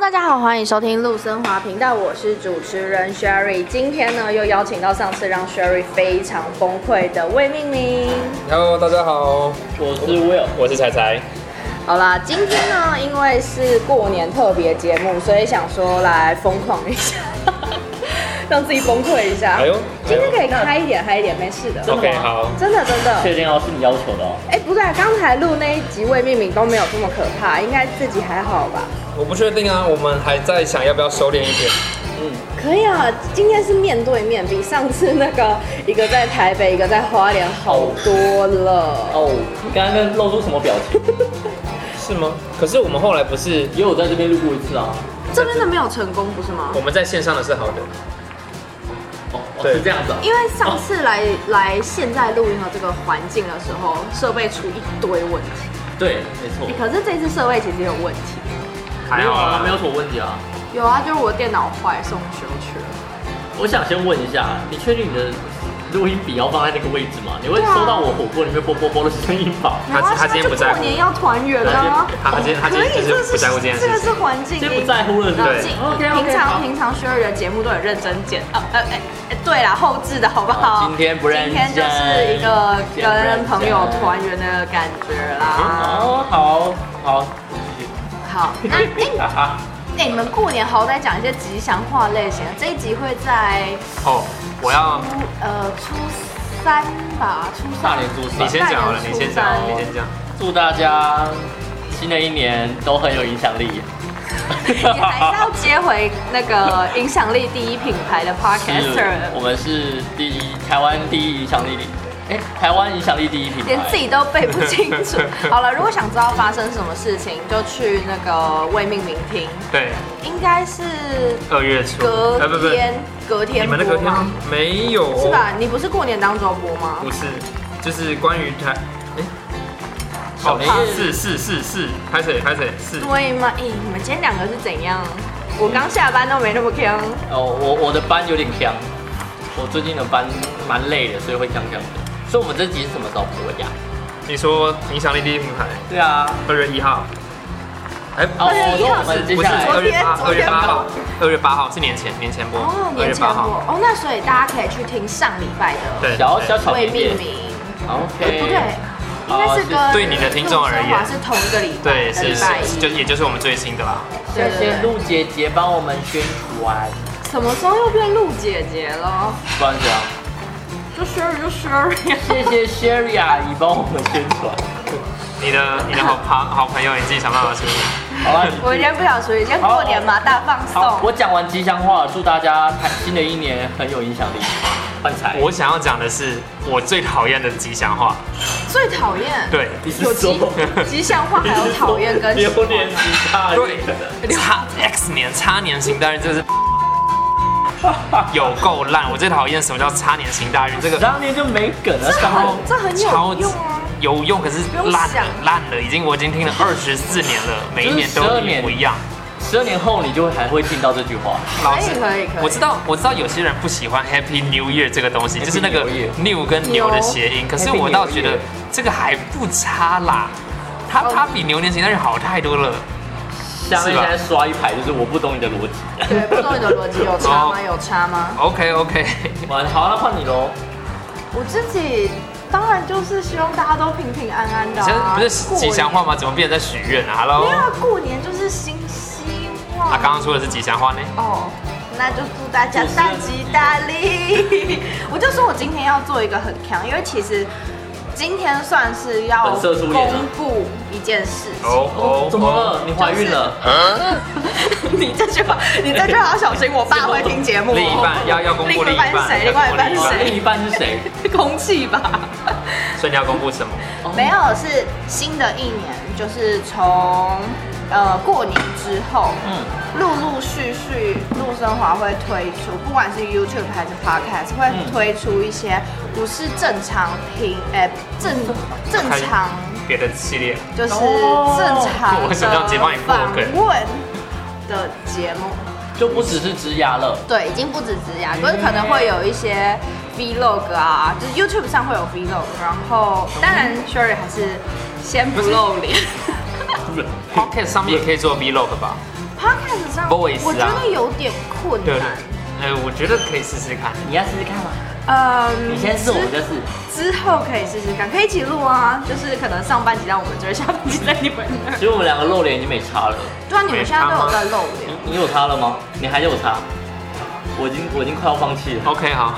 大家好，欢迎收听陆森华频道，我是主持人 Sherry。今天呢，又邀请到上次让 Sherry 非常崩溃的魏命名。 Hello，大家好，我是 Will，我是彩彩。好啦，今天呢，因为是过年特别节目，所以想说来疯狂一下， 让自己崩溃一下。哎呦，今天可以开一点，嗨一点，没事的。真的 OK，吗好，真的真的。确定哦，是你要求的哦。哎、不对、啊，刚才录那一集未命名都没有这么可怕，应该自己还好吧？我不确定啊，我们还在想要不要收敛一点。嗯可以啊，今天是面对面，比上次那个一个在台北，一个在花莲好多了。哦，你刚刚那露出什么表情？是吗？可是我们后来不是，也有在这边录过一次啊。这边的没有成功，不是吗我？们在线上的是好的，哦，哦对是这样子啊。因为上次来来现在录音的这个环境的时候，设备出一堆问题，对，没错。可是这次设备其实也有问题。 没有啊，没有有。什么问题啊。有啊，就是我电脑坏送修去了。我想先问一下，你确定你的录音笔要放在那个位置吗？你会对啊收到我火锅里面啵啵啷的声音吧？没他关系他今天不在就乎过年要团圆啊。他他今天他今可以天，就是不在乎这件事这个情。是环境今音天不在乎了，是不冷是哦静对？ OK，OK，平常好平常 Sherry 的节目都很认真剪，呃呃哎哎，对啦，后置的好不好？哦今天不今认天就是一个真跟朋友团圆的感觉啦。哦，好好，谢谢好， 那哎哈哈。哎，你们过年好歹讲一些吉祥话类型，啊这一集会在哦，我要初呃初三吧，初大 三。年初你三，先讲好了，大年你初先讲，三你先讲。祝大家新的一年都很有影响力。你还是要接回那个影响力第一品牌的 podcaster，是我们是第一台湾第一影响力的，哎、台湾影响力第一品牌，连自己都背不清 楚。好了，如果想知道发生什么事情，就去那个未命名厅，对，应该是二月初，隔哎不不，天，隔天你们那播个天吗？没有哦是吧？你不是过年当周播吗不？是，就是关于台，哎，小年哦夜是是是是，拍谁拍谁是。对吗？哎、你们今天两个是怎样？我刚下班都没那么强，哦，我我的班有点僵，我最近的班蛮累的，所以会僵僵的。所以我们这集是什么时候播呀？你说影响力第一品牌，对啊，二月一号。哎，哦，二月啊我一说号我们接不下是来二月八，昨二月天八号，二月八号是年前，年前播，哦，二年月前八播号，哦，那所以大家可以去听上礼拜的对，小小对小未一点命名。 ，OK，不对，应该是跟哦是对你的听众而言陆生华是同一个礼拜，对礼是拜是，一。就也就是我们最新的啦。谢对对谢对陆姐姐帮我们宣传，什么时候又变陆姐姐了？不然怎样？就 Sherry 就 Sherry 啊。谢谢 Sherry 阿姨帮我们宣传。 你 的你的好朋好朋友，你自己想办法处理。好了， 我今天不想说，今天过年嘛，大放好，送。我讲完吉祥话，祝大家开新的一年很有影响力，换财。我想要讲的是，我最讨厌的吉祥话，最讨厌对你是有吉说 吉祥话，还 有讨厌 跟喜欢榴莲吉他对，差 X 年差年型大运，这是有够烂。我最讨厌什么叫差年型大运，这个当年就没梗啊了，这然后很这很超有级用啊。有用，可是不用烂想了烂了，已经我已经听了二十四年了，每一年都就是12一年模一样。十二年后你就还会听到这句话。老可师以，可以可以我知道，我知道有些人不喜欢 Happy New Year 这个东西，就是那个 New Year new 跟牛的谐音。可是我倒觉 Happy New 得 Year 这个还不差啦，它哦它比牛年行大运好太多了。下面现在刷一排就是我不懂你的逻辑。对，不懂你的逻辑有差吗？有差吗？ OK OK，完，好，那换你喽。我自己当然就是希望大家都平平安安的其实啊。不是吉祥话吗？怎么变成在许愿啊过？Hello，年？没有啊，过年就是新希望。啊，刚刚说的是吉祥话呢？哦，那就祝大家大吉大利。 我就说我今天要做一个很强，因为其实今天算是要本色出演了公布一件事情。哦怎么？了？你怀孕了？ 你这句话，你这句话要小心，我爸会听节目哦。另一半要要公布另另一一半半是谁，要另外公一布半另是一半，谁？另一半是谁？ 空气吧。所以你要公布什么？哦嗯没有，是新的一年，就是从呃过年之后，嗯，陆陆续续，陆生华会推出，不管是 YouTube 还是 Podcast，会嗯推出一些不是正常平，哎、正正常别的系列，就是哦正常我为什么这样直接帮你的过访梗问的节目，就不只是植牙了。对，已经不止植牙，就是可能会有一些 Vlog 啊，就是 YouTube 上会有 Vlog，然后当然 Sherry 还是先不露脸。 Pocket 上面也可以做 Vlog 吧？ Podcast 上 Voice 啊我觉得有点困对对难。呃，我觉得可以试试看。你要试试看吗？嗯，你先试，我之就试。之后可以试试看，可以一起录啊。就是可能上半集让我们这儿，下半集在你们 那儿。其实我们两个露脸已经没差了。对啊，你们现在都有在露脸。你你有差了吗？你还有差？我已经我已经快要放弃了。 OK，好，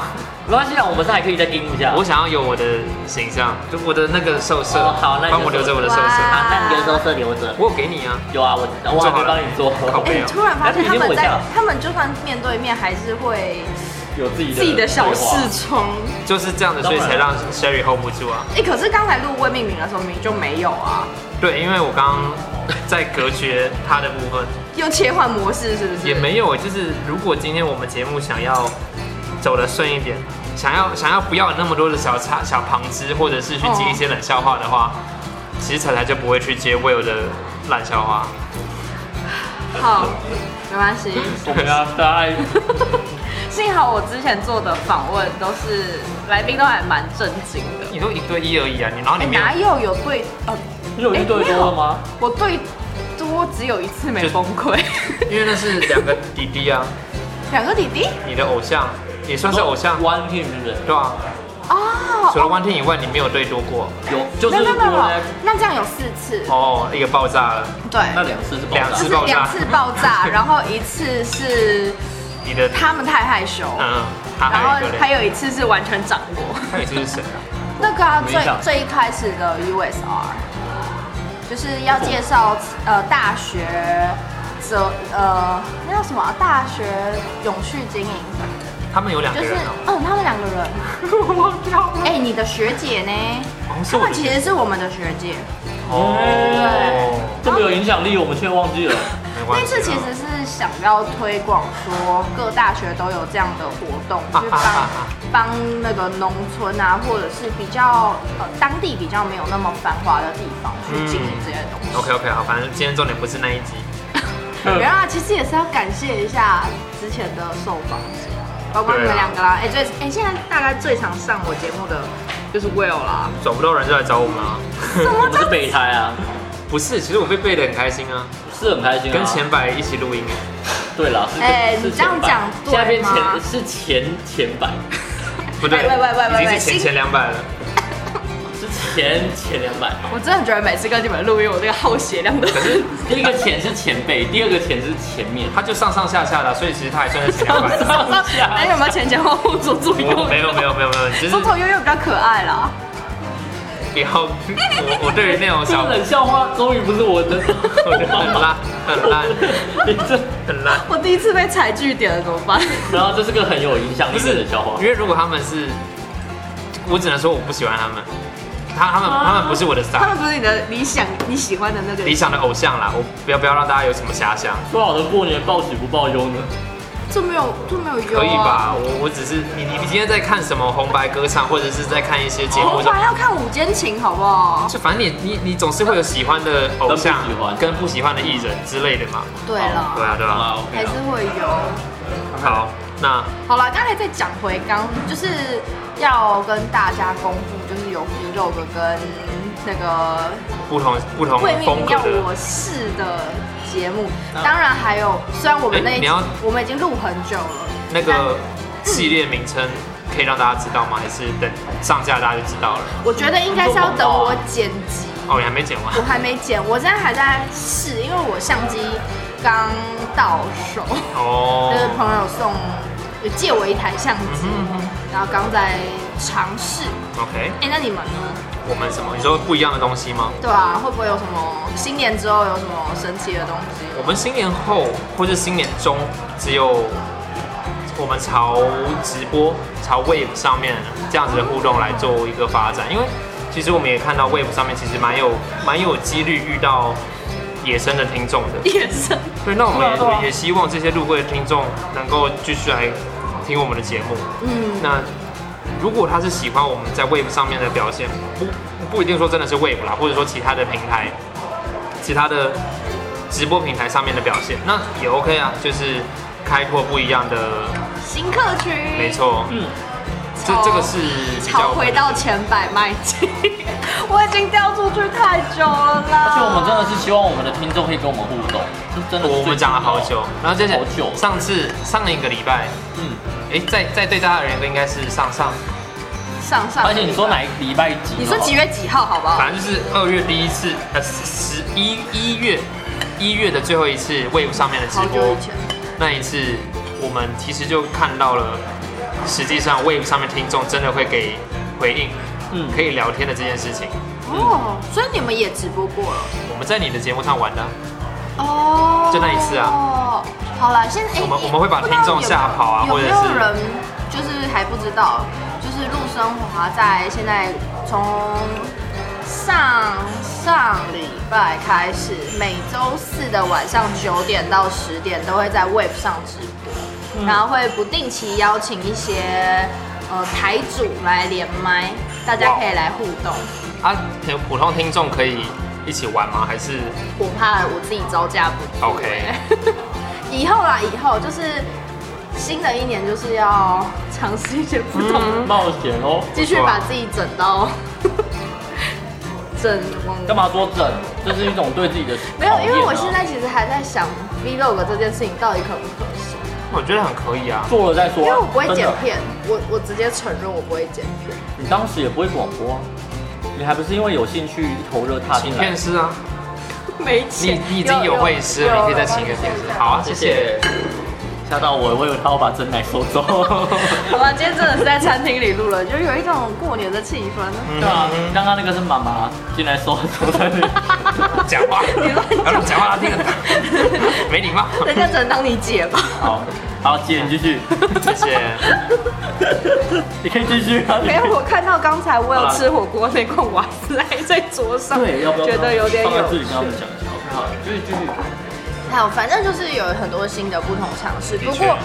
没关系啊，我们是还可以再盯一下。我想要有我的形象，就我的那个兽色。哦好那你就帮我留着我的兽哇色。啊，那你留着色留着。我有给你啊，有啊，我我还没帮你做。好哎、你突然发现他们在，他们就算面对面，还是会 有自己的自己的小规划事冲。就是这样的，当所以然才让 Sherry hold 不住啊。哎、可是刚才录未命名的时候，明明就没有啊，对，因为我刚刚在隔绝他的部分，又切换模式是不是？也没有，就是如果今天我们节目想要走得顺一点，想要想要不要有那么多的小插小旁枝，或者是去接一些冷笑话的话，其实彩彩就不会去接 Will 的烂笑话。好，没关系。 我们要在幸好我之前做的访问都是来宾都还蛮震惊的。你都一对一而已啊，你然后哎、你没有哪有有对？呃，哎你有一对多 了吗？我对多只有一次没就崩溃。因为那是两个弟弟啊， 两个弟弟你的偶像也算是偶像， ，One Team 是不是？对吧、除哦，了 One Team 以外，你没有对多过有，就是没有没有没有我，那这样有四次，哦，一个爆炸了，对，那两次是爆两就炸次是两次爆炸，然后一次是你的他们太害羞，嗯，他然还有后一个还嘞，有一次是完全掌握。还有一次是谁啊？那个啊，没最印象最一开始的 USR，就是要介绍呃大学则呃那叫什么啊、大学永续经营什么的，他们有两个就是人哦，嗯他们两个人，我忘掉了。哎、你的学姐呢？哦，是他我们的其实是我们的学姐，哦，这么有影响力，我们却忘记了。没那关系啊。次其实是想要推广说各大学都有这样的活动，去帮帮那个农村啊，或者是比较呃当地比较没有那么繁华的地方去经营这些东西。 OK OK 好，反正今天重点不是那一集，嗯没有啊，其实也是要感谢一下之前的受访者，包括你对们啊两个啦。哎、最哎、现在大概最常上我节目的就是 Will 啦。找不到人就来找我们啊。我们是备胎啊，不是，其实我被背得很开心啊，是很开心啊。跟前百一起录音，对了，是哎是你这样前百讲对现在变吗前是前前百，不对，哎喂喂喂喂已经喂是前新前两百了。是前前两 百。 我真的觉得每次跟你们录音，我这个耗血量都第一个前是前辈，第二个前是前面。他就上上下下的，所以其实他还算是前两百。 上上下哎，有没有前前后后左左右右？没有没有没有没有，就是 左左右右比较可爱啦。不要，我我对于那种这小个，冷笑话终于不是 我的，我觉得很烂很烂 你这，很烂。我第一次被踩据点了，怎么 办？然后这是个很有影响不力的是啊冷笑话因。为如果他们是，我只能说我不喜欢他们，他他们他们不是我的他 star，们不是你的理想，你喜欢的那个理想的偶像啦，我不要不要让大家有什么遐想，说好的过年报喜不报忧呢？就没有就没有优、啊、可以？吧？我我只是你你你今天在看什么红白歌唱，或者是在看一些节目我上还。要看午间情，好不好？就反正你你你总是会有喜欢的偶像跟不喜欢，跟不喜欢的艺人之类的嘛。对对了，啊对啊。啊，OK 还是啊。会有。好，那好了，刚才再讲回刚，就是要跟大家公布，就是有皮肉的跟那个不同不同会风命格要的我试的节目，那当然还有，虽然我们那哎一你集要我们已经录很久了，那个系列名称可以让大家知道吗？还是等上架大家就知道了？但我觉得应该是要等我剪辑，哦，你还没剪完我。还没剪，我现在还在试，因为我相机刚到手，哦就是朋友送借我一台相机，嗯哼嗯然后刚在尝试。 OK，哎、那你们呢？我们什么？你说不一样的东西吗？对啊，会不会有什么新年之后有什么神奇的东西？我们新年后或者新年中，只有我们朝直播、朝 Wave 上面这样子的互动来做一个发展，因为其实我们也看到 Wave 上面其实蛮有蛮有几率遇到野生的听众的，眼神对，那我对啊对们啊也也希望这些路过的听众能够继续来听我们的节目。嗯，那如果他是喜欢我们在 Wave 上面的表现，不不一定说真的是 Wave 啦，或者说其他的平台、其他的直播平台上面的表现，那也 OK 啊，就是开拓不一样的，新客群，哦没，错，嗯，这这个是比较朝回到前百迈进。我已经掉出去太久了啦。而且我们真的是希望我们的听众可以跟我们互动，就真的是我我们讲了好久，然后接着好久了上次上一个礼拜，嗯，哎，在在对大家而言应该是上上，上上。而且你说哪？一个礼拜几？你说几？月几号好不好？反正就是二月第一次，呃十一一月一月的最后一次 Wave 上面的直好久播以，前。那一次我们其实就看到了，实际上 Wave 上面听众真的会给回应，嗯，可以聊天的这件事情，哦，所以你们也直播过了。我们在你的节目上玩的啊，哦，就那一次啊哦，好了，现在、哎我们你我们会把不知道听众吓跑啊有没有或有者是没有人就是还不知道，就是陆生华在现在从上上礼拜开始，每周四的晚上九点到十点都会在 Web 上直播，嗯然后会不定期邀请一些呃台主来连麦，大家哇可以来互动。啊，有普通听众可以一起玩吗？还是我怕我自己招架不住。OK 欸以后啦，以后就是新的一年就是要尝试一些不同，嗯冒险哦。继续不错啊把自己整到整往。干嘛说整？这是一种对自己的没有考，验啊因为我现在其实还在想 vlog 这件事情到底可不可行，我觉得很可以啊，做了再说啊。因为我不会真的剪片，我我直接承认我不会剪片。你当时也不会广播啊，你还不是因为有兴趣一头热踏进请来片？师啊，没你你已经有会师了，你可以再请一个片师。好啊，谢谢。。吓到我，我以为他要把真奶收 走。好吧，今天真的是在餐厅里录了，就有一种过年的气氛。嗯对啊，刚刚那个是妈妈进来收走在那。讲话， 你乱讲不要讲话，听 得到，没礼貌。人家只能当你姐吧。 好，好，姐你继续，谢谢。你可以继续啊。没你可以有，我看到刚才我有吃火锅那块瓦斯还在桌上，对，要不要觉得有点放在有这里趣跟。他们讲一下？好，继续继续。好，反正就是有很多新的不同尝试，的不确过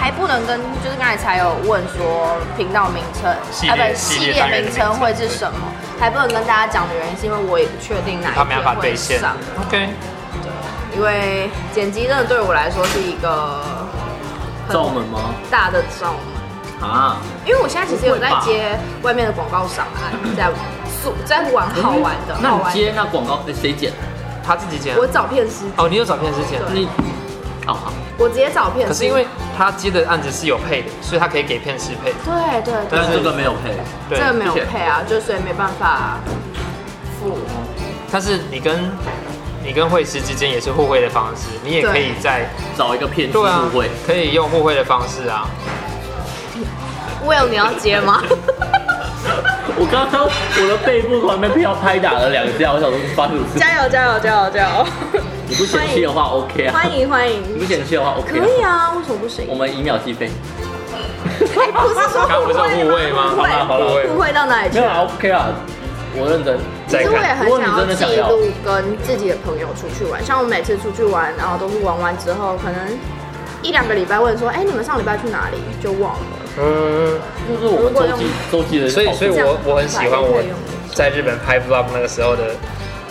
还不能跟就是刚才才有问说频道名称系列啊，不是系系列列单元的名称名称会是什么，还不能跟大家讲的原因是因为我也不确定哪他一没天办法兑会现上，。 OK，因为剪辑真的对我来说是一个很罩门吗？大的罩门。啊，因为我现在其实有在不会吧接外面的广告商 案，在做在玩好玩的，嗯那好你玩的。接那广告哎谁剪？他自己剪啊。我找片师，哦，你有找片师剪，对你哦好，我直接找片师。可是因为他接的案子是有配的，所以他可以给片师配。啊对对对，但但是这个没有配。对这个没有谢谢配啊，就所以没办法付。但是你跟你跟会师之间也是互惠的方式，你也可以在找一个片子对啊入会，，可以用互惠的方 式啊。 Will，你要接 吗？我刚刚我的背部旁边被要拍打了两下，我想说发生什么事？加油加油加油加油！你不嫌弃的话 OK 啊，欢迎欢你不迎，嫌弃的哦话 OK，啊可以啊，为什么不行我？们以秒计费。哎不是说刚刚不是有互惠吗互惠好啦好啦互惠互惠到哪里没去有？啊 OK 啊，我认真。其实我也很如果你想真要的想记要录跟自己的朋友出去玩，像我每次出去玩，然后都是玩完之后，可能一两个礼拜问说，哎、你们上礼拜去哪里？就忘了。嗯，就是我们周记周记的好处，所以所以这样我我很喜很欢快我就可以用在日本拍 vlog 那个时候的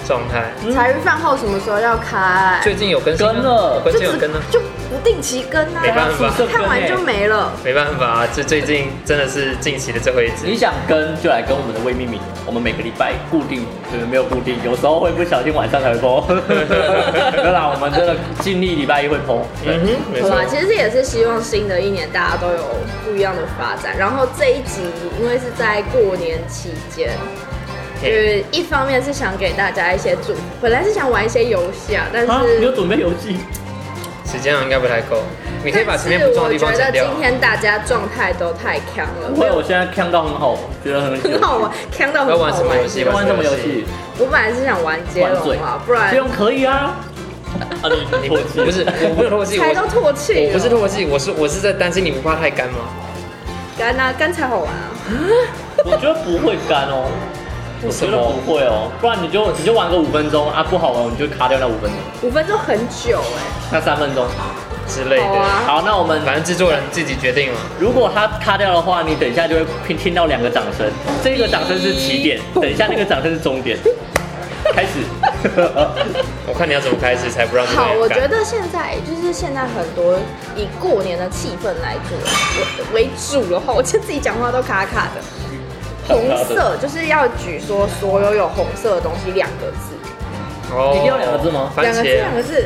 状态。嗯茶余饭后什么时候要开？最近有更新啊跟了我最近只有跟呢，就不定期更啊，没办法看完就没了。没办法啊，这最近真的是近期的最后一你次。想跟就来跟我们的未命名，我们每个礼拜固定，对，没有固定，有时候会不小心晚上才会 播。对啦，我们真的尽力礼拜一会播。嗯哼，没好啦，错。其实也是希望新的一年大家都有不一样的发展。然后这一集因为是在过年期间，就是一方面是想给大家一些祝福，本来是想玩一些游戏啊，但啊，是你有准备游戏？时间上应该不太够，你可以把前面不重要的地方但是我剪掉觉得。今天大家状态都太强了，不会，我现在看到很好，觉得很有趣很好玩，强到很好要玩什么游戏玩什么游戏？我本来是想玩接玩龙嘴啊，不然这样可以啊。啊，你你你不不是 我 不是唾弃，才都唾我弃我了。不是唾弃，我是我是在担心你不怕太干吗？干啊，干才好玩啊。我觉得不会干哦，我觉得不会哦，不然你就你就玩个五分钟啊，不好玩你就卡掉那五分钟，五分钟很久哎、那三分钟。之类好的。啊，好，那我们反正制作人自己决定嘛。如果他卡掉的话，你等一下就会听听到两个掌声，这个掌声是起点，等一下那个掌声是终点。开始， 我看你要怎么开始才不让这个好，人我干觉得现在就是现在很多以过年的气氛来做我为主的话，我就自己讲话都卡卡的。红色就是要举说所有有红色的东西两个字，哦一定要两个字吗番两个字茄啊两个字，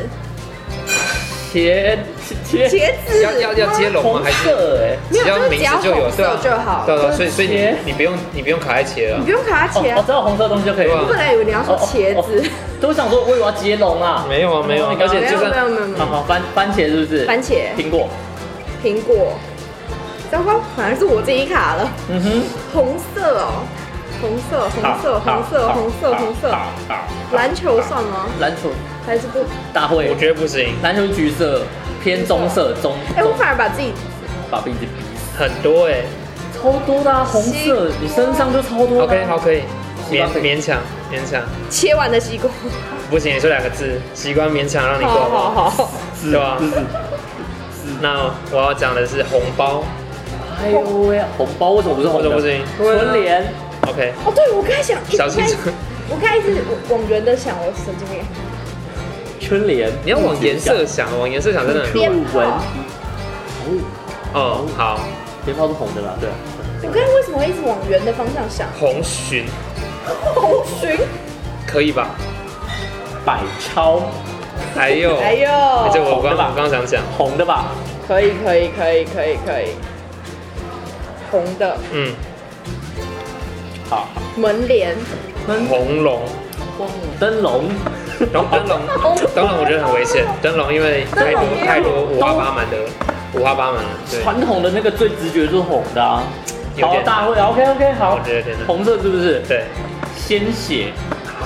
茄茄茄子要要要接龙吗？红还是色哎，没有只要就是名只要字就有红色对啊就好对啊对啊，就所以是所以茄你你不用你不用卡在茄你了不，用卡啊哦茄哦，，只要红色的东西就可以对我啊了。本来以为你要说茄哦子，哦都想说我以为要接龙啊。没有啊没有啊你，刚而刚且哦没就有没算有没有没好有，好，番番茄是不是？番茄苹果。苹果，糟糕，反而是我自己卡了，嗯哼。红色哦，红色红色红色红色红色，篮球算吗？篮球还是不？大会我，觉得不行，篮球橘色偏棕色棕，哎，我反而把自己把鼻子逼死，很多哎。超多的啊，红色西，瓜你身上就超多的啊。 OK 好可以，西勉瓜可以勉强勉强，切完的西瓜，不行也就两个字，习惯勉强让你过好好。好好，是对吧是是那我要讲的是红包，哎呦喂啊，红包为什么不是我红说的？不行春联， ，OK，哦，对，我刚才想，一小心开始注意我刚才一直往圆的想，我神经病，春联，你要往颜嗯色想，往颜色想真的很入鞭炮文哦，哦好，鞭炮是红的啦，对。我刚才为什么会一直往圆的方向想？红鲟红鲟，可以吧？百超哎呦， 哎呦，这我红的刚吧我刚想讲，红的吧？可以可以可以可以可以，红的嗯，好，门帘，灯红龙，灯笼，然后灯笼， 哦灯笼我觉得很危险，灯笼因为太多灯笼也有太多五花八门的，五花八门了，对，传统的那个最直觉就是红的啊。有好，点，大会，OK OK，好我，觉得有点难，红色是不是？对，鲜血，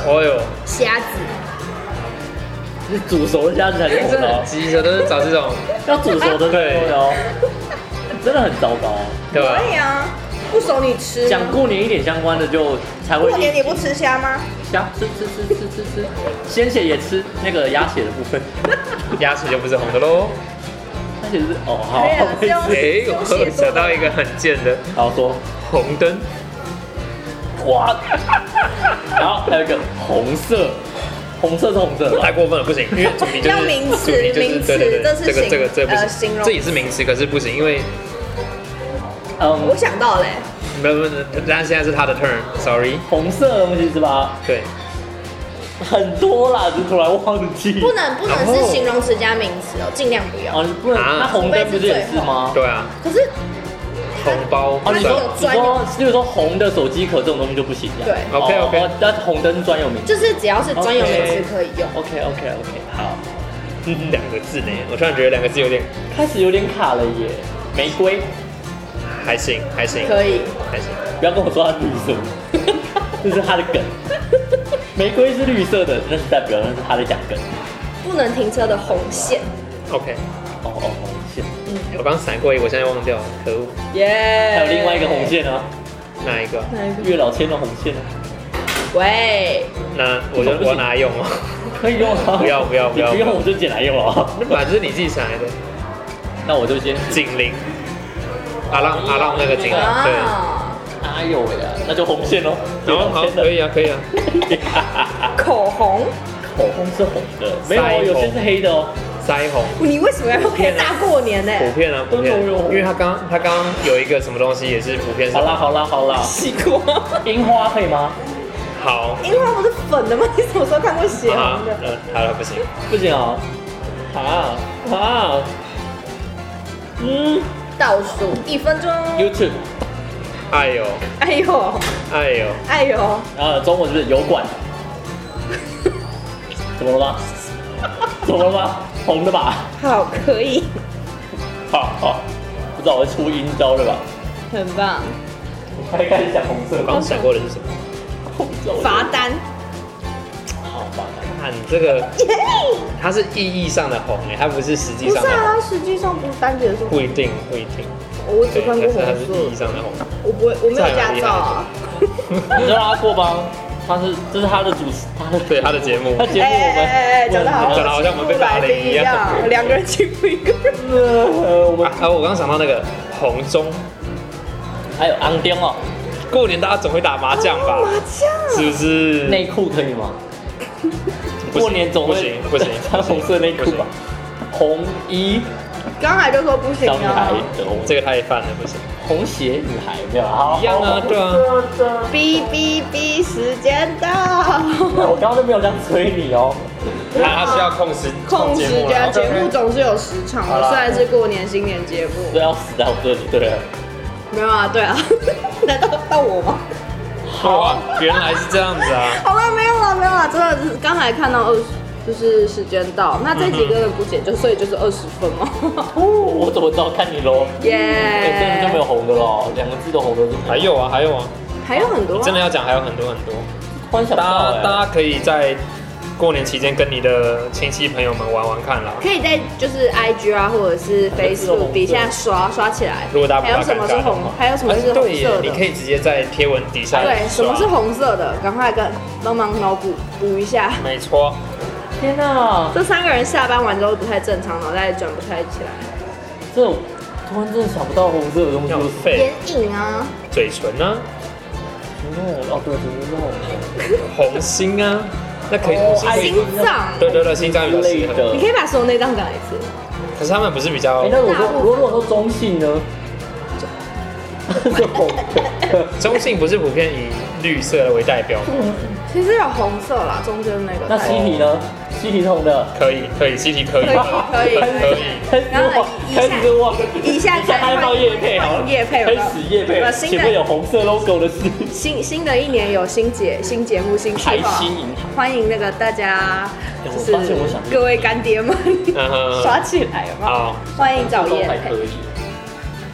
哦呦，瞎子，是煮熟的虾子才是红真的的很哦，急哎的都是找这种，要煮熟的才是红 的哦，真的很糟糕。对吧？以啊，不熟你吃吗讲过年一点相关的就才会过年你不吃虾吗？虾吃吃吃吃吃吃，鲜血也吃那个鸭血的部分， 鸭血就不是红的喽。鸭血是哦好没有，没这样事，哎，我想到一个很贱的好说红灯，哇， 然后还有一个红色，红色是红色的吧太过分了，不行，因为主题就是要名词主题就是名词对对这是对，这个形这个这个不呃形行，容这也是名词，可是不行，因为我嗯，想到欸嘞，没有没有，没有但现在是他的 turn，sorry，红色的东西是吧？对，很多啦，就突然忘记。不能不能是形容词加名词哦，尽量不要。哦，你不能，啊那红灯不是也是吗？对啊，可是红包哦，不你它说算有，专你有说，例如说红的手机壳这种东西就不行，这样对 OK，OK 哦哦但是红灯专有名词。就是只要是专有名词可以用。 OK OK OK，好，嗯两个字呢，我突然觉得两个字有点开始有点卡了耶。玫瑰，嗯还行还行可以，还行，不要跟我说它是绿色，这是它的 梗。玫瑰是绿色的，那是代表那是它的讲梗。不能停车的红线， ，OK，哦哦，红线，我刚闪过一个，我现在忘掉了，可恶，耶！还有另外一个红，线啊，哪一个？哪一个？月老牵的红线啊，喂，那我就我要拿来用哦，可以用啊。不要不要不要你不用我就捡来用了啊。 那本来就是你自己想来的，那我就先警铃，阿浪阿浪那个警铃，对。啊，哎呦喂啊，那就红线喽。然后好，月老牵的可以啊，可以啊。口红， 口红是红的，没有腮哦，红有些是黑的哦。腮红，你为什么要骗大过 年呢？普遍啊，普遍，因为他刚他刚有一个什么东西也是普遍好上。啦好啦好啦，西瓜。樱花可以吗？好，樱花不是粉的吗？你什么时候看过血啊红，的？嗯，好了，不行，不行啊，啊啊，嗯倒数一分钟。 ，YouTube 哎呦，哎呦，哎呦，哎呦，啊，中文是不是油管？ 怎么了吗？怎么了吗？红的吧？好，可以，好好，不知道我会出阴招了吧？很棒。还开始讲红色我刚闪过的是什么？罚单，好啊吧，看这个，耶！它是意义上的红欸诶，它不是实际不上是的红，啊，实际上不是单结束，不一定，不一定，我只对，看但过是红它是意义色，上的红。我不会，我没有驾照啊。你就让他过吧。他是，这是他的主持，他的对他的节目他节目我们哎讲得好，讲得好像我们被打了一样啊两个人欺负一个 人。呃，我 们啊，啊我刚想到那个红中，还有昂丁哦，过年大家总会打麻将吧哦？麻将，是不是？内裤可以吗？嗯不行过年总不会行不行， 穿红色内裤吧不行？红衣刚才就说不行小女啊孩。的红这个太犯了，不行。红鞋女孩没有啊？一样啊对啊哔哔哔，时间到。我刚刚都没有这样催你哦。他他需要控时控节时目啊间，了。节目总是有时长好的，啦虽然是过年新年节目，都要死在我这里，对了，没有啊，对啊， 难道到我吗？哇，原来是这样子啊！好了，没有了，没有了，真的是刚才看到二十，就是时间到，那这集真的不剪，就所以就是二十分哦， 哦，我怎么知道看你喽？耶、哎、这样就没有红的喽，两个字都红的是还有啊，还有啊，还有很多、啊，真的要讲还有很多很多。突然想大到、欸家哎，大家可以在过年期间跟你的亲戚朋友们玩玩看啦。可以在就是 IG 啊，或者是 Facebook 底下刷刷起来。如果大家还不有知什道尴么尬是的红话，还有什么哎是红对耶色，的？你可以直接在贴文底下啊对，什么是刷？红色的？赶快跟帮忙脑补补一下。没错，天哪、这三个人下班完之后不太正常，脑袋转不太起来。这突然真的想不到红色的东西要了。费影啊，嘴唇啊，停顿哦，对，停顿红红心啊，那可以哦红心可以啊心脏。对对对，心脏比之较类适合。的。你可以把所有内脏讲一次。可是他们不是比较哎、那我说，如果如果说中性呢？这红的，中性，不是普遍以绿色为代表吗？其实有红色啦，中间那个。那西皮呢？西皮是红的。可以可以，C T 可以可以可以可以。开始忘，开始忘，以下才开到叶配好了，叶配有开没有始叶配有没有，新的前面有红色 logo 的事情，新新的一年有新节新节目新计开划心，银行。欢迎那个大家哎就我发现我是想呃各位干爹们嗯哼刷起来有没有好，欢迎找叶还配可。以，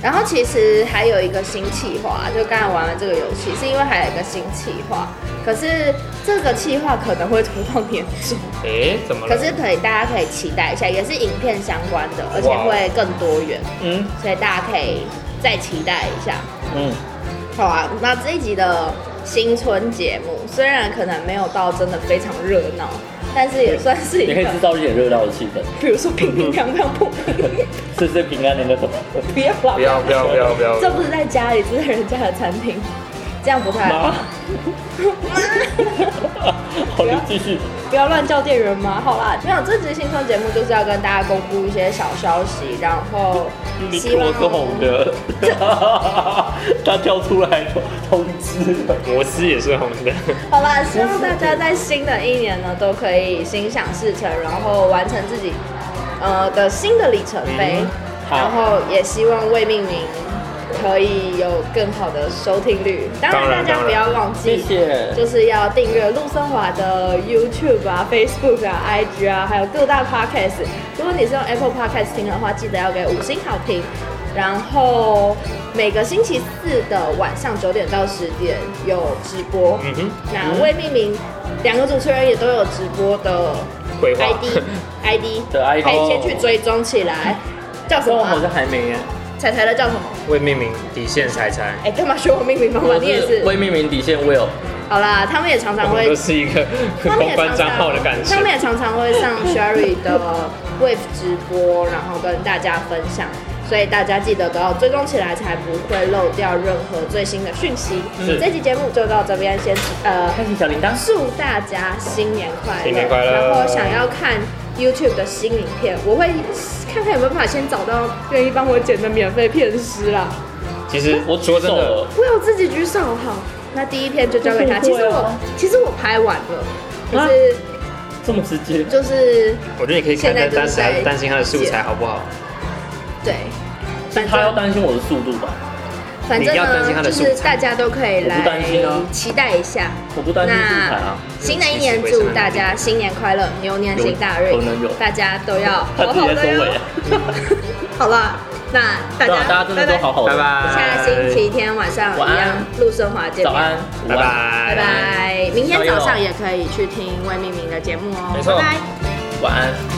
然后其实还有一个新企划，就刚才玩了这个游戏，是因为还有一个新企划，可是这个企划可能会拖到年终，诶，怎么了？可是可以大家可以期待一下，也是影片相关的，而且会更多元，嗯，所以大家可以再期待一下。嗯，好啊，那这一集的新春节目虽然可能没有到真的非常热闹，但是也算是也一可以个，制造一点热闹的气氛，比如说乒乒乓乓碰，岁岁平安的那种。不要啦不要不要不要不要，这不是在家里，这是在人家的餐厅，这样不太好 妈。，好，你继续。不要乱叫店员吗？好啦，没有，这集新春节目就是要跟大家公布一些小消息，然后你我是红的，他跳出来通知了。摩斯也是红的，好啦，希望大家在新的一年呢都可以心想事成，然后完成自己呃的新的里程碑，嗯好然后也希望未命名可以有更好的收听率。当当然，大然家不要忘谢记。谢。就是要订阅陆生华的 YouTube 啊、Facebook 啊、IG 啊，还有各大 Podcast。如果你是用 Apple Podcast 听的话，记得要给五星好评。然后每个星期四的晚上九点到十点有直播，嗯哼，那未命名两个主持人也都有直播的哦鬼话 ID ID，的 ID 可以先去追踪起来。叫什但么哦我好啊、像还没耶。彩彩的叫什么？未命名底线猜猜，哎，干嘛学我命名方法？我你也是。未命名底线 Will，好啦，他们也常常我会们都是一个他们公也关常账号的感常，觉他。们也常常会上 Sherry 的 Wave 直播，然后跟大家分享，所以大家记得都要追踪起来，才不会漏掉任何最新的讯息。是这期节目就到这边，先呃，开启小铃铛。祝大家新年快乐！新年快乐然后想要看 YouTube 的新影片，我会看看有没有办法先找到愿意帮我剪的免费片师啦。其实我说真瘦的了，我有自己举手好，那第一篇就交给他。这其么实贵我哦其实我拍完了，可啊是这么直接。就是。我觉得你可以看，现在但就是但是还在是担心他的素材好不好？对，反他要正担心我的速度吧？反正你要担心呢，他的就素是大材家都可以我不来担心哦啊期待一下。我不担心素材啊。新的一年祝大家新年快乐，牛年行大运有可能有，大家都要他好自己好在的收尾哟。。 好了，那大对家啊，大家真的都好好的。拜。拜，下星期天晚上晚一安样，陆生华见面。早安。拜午安。拜拜。拜，明天加油早上也可以去听魏明明的节目哦。没错拜拜。晚安。